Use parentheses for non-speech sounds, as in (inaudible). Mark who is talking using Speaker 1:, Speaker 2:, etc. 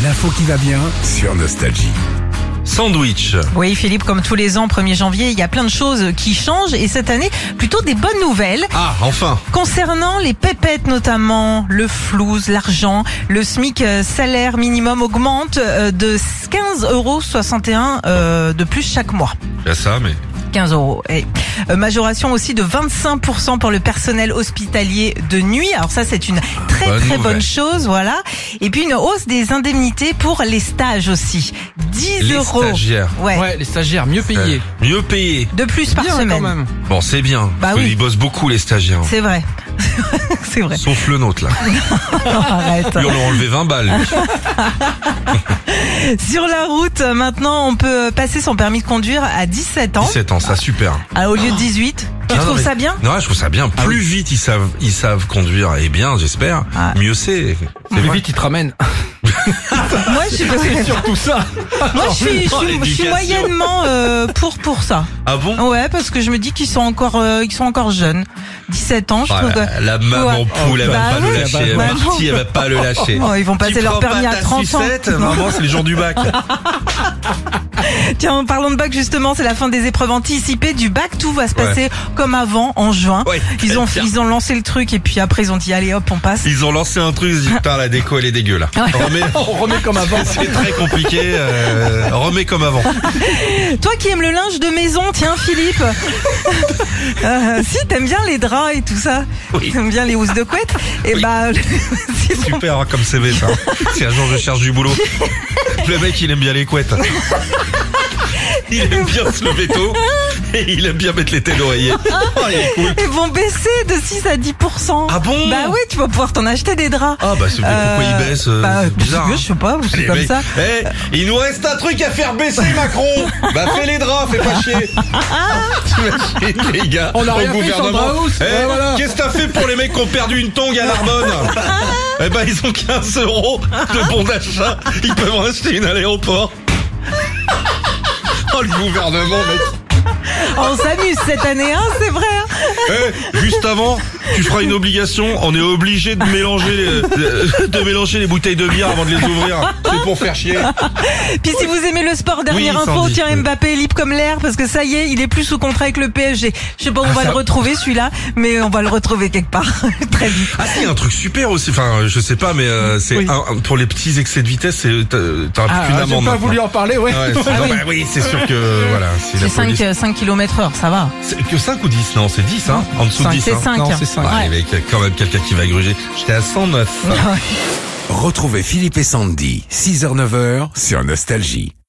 Speaker 1: L'info qui va bien sur Nostalgie.
Speaker 2: Sandwich.
Speaker 3: Oui, Philippe, comme tous les ans, 1er janvier, il y a plein de choses qui changent et cette année, plutôt des bonnes nouvelles.
Speaker 2: Ah, enfin
Speaker 3: Concernant les pépettes notamment, le flouze, l'argent, le SMIC euh, salaire minimum augmente euh, de 15,61 euros euh, de plus chaque mois.
Speaker 2: Il y a ça, mais...
Speaker 3: 15 euros. Et, euh, majoration aussi de 25% pour le personnel hospitalier de nuit. Alors ça, c'est une très
Speaker 2: Bonne
Speaker 3: très bonne
Speaker 2: nouvelle.
Speaker 3: chose, voilà. Et puis une hausse des indemnités pour les stages aussi. 10
Speaker 2: Les
Speaker 3: euros.
Speaker 2: stagiaires.
Speaker 3: Ouais.
Speaker 4: Ouais, les stagiaires mieux payés.
Speaker 2: Euh, Mieux payés.
Speaker 3: De plus par
Speaker 4: Bien, hein,
Speaker 3: semaine.
Speaker 4: quand même.
Speaker 2: Bon, c'est bien.
Speaker 3: Bah
Speaker 2: parce
Speaker 3: oui.
Speaker 2: Ils bossent beaucoup, les stagiaires.
Speaker 3: C'est vrai. (laughs) c'est vrai.
Speaker 2: Sauf le
Speaker 3: (laughs)
Speaker 2: nôtre, là.
Speaker 3: Arrête.
Speaker 2: Lui, on l'a enlevé 20 balles. lui.
Speaker 3: Ah Sur la route, euh, maintenant, on peut passer son permis de conduire à 17 ans,
Speaker 2: 17 ans, ça, super.
Speaker 3: ah, au lieu de 18. Tu
Speaker 2: Non, non,
Speaker 3: trouves
Speaker 2: mais-
Speaker 3: ça bien
Speaker 2: Non, je trouve ça bien. Plus vite ils savent, ils savent conduire, et bien, j'espère,
Speaker 3: Ah.
Speaker 2: mieux c'est. C'est
Speaker 4: Plus
Speaker 2: vrai.
Speaker 4: vite, ils te ramènent.
Speaker 2: bah,
Speaker 3: Moi, je
Speaker 2: (laughs)
Speaker 3: suis,
Speaker 4: surtout ça.
Speaker 3: moi, je suis, je
Speaker 2: Oh,
Speaker 3: suis- je suis
Speaker 2: l'éducation.
Speaker 3: moyennement euh, pour pour ça.
Speaker 2: Ah bon
Speaker 3: Ouais, parce que je me dis qu'ils sont encore euh, ils sont encore jeunes. 17 ans, je
Speaker 2: Ah,
Speaker 3: trouve.
Speaker 2: la, la maman
Speaker 3: Ouais.
Speaker 2: poule, elle
Speaker 3: Bah
Speaker 2: va pas
Speaker 3: ouais.
Speaker 2: le lâcher. Elle
Speaker 3: Bah non.
Speaker 2: Marty, elle va pas le lâcher.
Speaker 3: Oh, ils vont passer
Speaker 2: Tu prends
Speaker 3: leur permis
Speaker 2: pas
Speaker 3: à
Speaker 2: ta
Speaker 3: 30 ans.
Speaker 2: sucette, Maman, c'est les gens du
Speaker 3: (laughs)
Speaker 2: bac.
Speaker 3: que- Tiens, en parlant de bac justement, c'est la fin des épreuves anticipées du bac. Tout va se passer comme avant en juin.
Speaker 2: Ouais,
Speaker 3: Ils ont
Speaker 2: tiens.
Speaker 3: ils ont lancé le truc et puis après ils ont dit allez hop on passe.
Speaker 2: Ils ont lancé un truc, ils se disent, putain, la déco, elle est dégueu, là. Remets-
Speaker 4: On remet (laughs) comme avant.
Speaker 2: C'est très compliqué, euh, remets comme avant.
Speaker 3: Toi qui aimes le linge de maison, tiens
Speaker 2: (laughs)
Speaker 3: Philippe. Euh, si t'aimes bien les draps et tout ça, t'aimes bien les housses de couette, et bah
Speaker 2: (laughs)
Speaker 3: (laughs) si ton-
Speaker 2: Super hein, comme CV ça. Si un jour je cherche du boulot, le mec il aime bien les couettes. Il aime bien se lever tôt et il aime bien mettre les têtes d'oreiller. Oh, il est cool.
Speaker 3: ils vont baisser de 6 à 10
Speaker 2: Ah bon
Speaker 3: Bah oui, tu vas pouvoir t'en acheter des draps.
Speaker 2: Ah bah c'est pourquoi
Speaker 3: Euh,
Speaker 2: il baisse euh,
Speaker 3: bah,
Speaker 2: C'est bizarre.
Speaker 3: parce que Je sais pas,
Speaker 2: hein.
Speaker 3: c'est
Speaker 2: Les
Speaker 3: comme
Speaker 2: mecs,
Speaker 3: ça.
Speaker 2: eh, il nous reste un truc à faire baisser Macron. Bah fais les draps, fais pas
Speaker 4: (laughs)
Speaker 2: chier. T'imagines, les gars
Speaker 4: On a
Speaker 2: au
Speaker 4: rien fait,
Speaker 2: gouvernement.
Speaker 4: Sandra Housse.
Speaker 2: Eh,
Speaker 4: Ouais, voilà.
Speaker 2: Qu'est-ce que t'as fait pour les mecs qui ont perdu une tongue à Narbonne
Speaker 4: (laughs)
Speaker 2: Eh ben ils ont 15 euros de bon d'achat. Ils peuvent en acheter une à l'aéroport. Oh le gouvernement mec.
Speaker 3: Oh, On s'amuse cette année, hein, c'est vrai. hein.
Speaker 2: Eh, juste avant, tu feras une obligation. On est obligé de mélanger les, de mélanger les bouteilles de bière avant de les ouvrir. C'est pour faire chier.
Speaker 3: Puis si vous aimez le sport, dernière
Speaker 2: Oui,
Speaker 3: info,
Speaker 2: Sandy,
Speaker 3: tiens
Speaker 2: oui.
Speaker 3: Mbappé est libre comme l'air parce que ça y est, il est plus sous contrat avec le PSG. Je sais
Speaker 2: Ah,
Speaker 3: pas où on va le retrouver celui-là, mais on va le retrouver quelque part (laughs) très vite.
Speaker 2: Ah si, un truc super aussi. Enfin, je sais pas, mais euh, c'est
Speaker 4: Oui.
Speaker 2: un- pour les petits excès de vitesse, c'est- t'as t'as
Speaker 4: Ah,
Speaker 2: plus
Speaker 4: j'ai
Speaker 2: d'amende.
Speaker 4: pas
Speaker 2: maintenant.
Speaker 4: voulu en parler, Ah ouais.
Speaker 2: Ouais, c'est- non, bah oui, c'est sûr que voilà. si la
Speaker 3: C'est 5,
Speaker 2: police-
Speaker 3: 5 km euh, heure, ça va.
Speaker 2: C'est que 5 ou 10 Non, c'est 10, hein En dessous de
Speaker 3: Cinq,
Speaker 2: 10.
Speaker 3: c'est
Speaker 2: hein.
Speaker 3: cinq.
Speaker 4: Non, c'est ça.
Speaker 2: Ouais, les mecs, il y a quand même quelqu'un qui va gruger. J'étais à 109.
Speaker 4: (laughs)
Speaker 1: Retrouvez Philippe et Sandy, 6h-9h sur Nostalgie.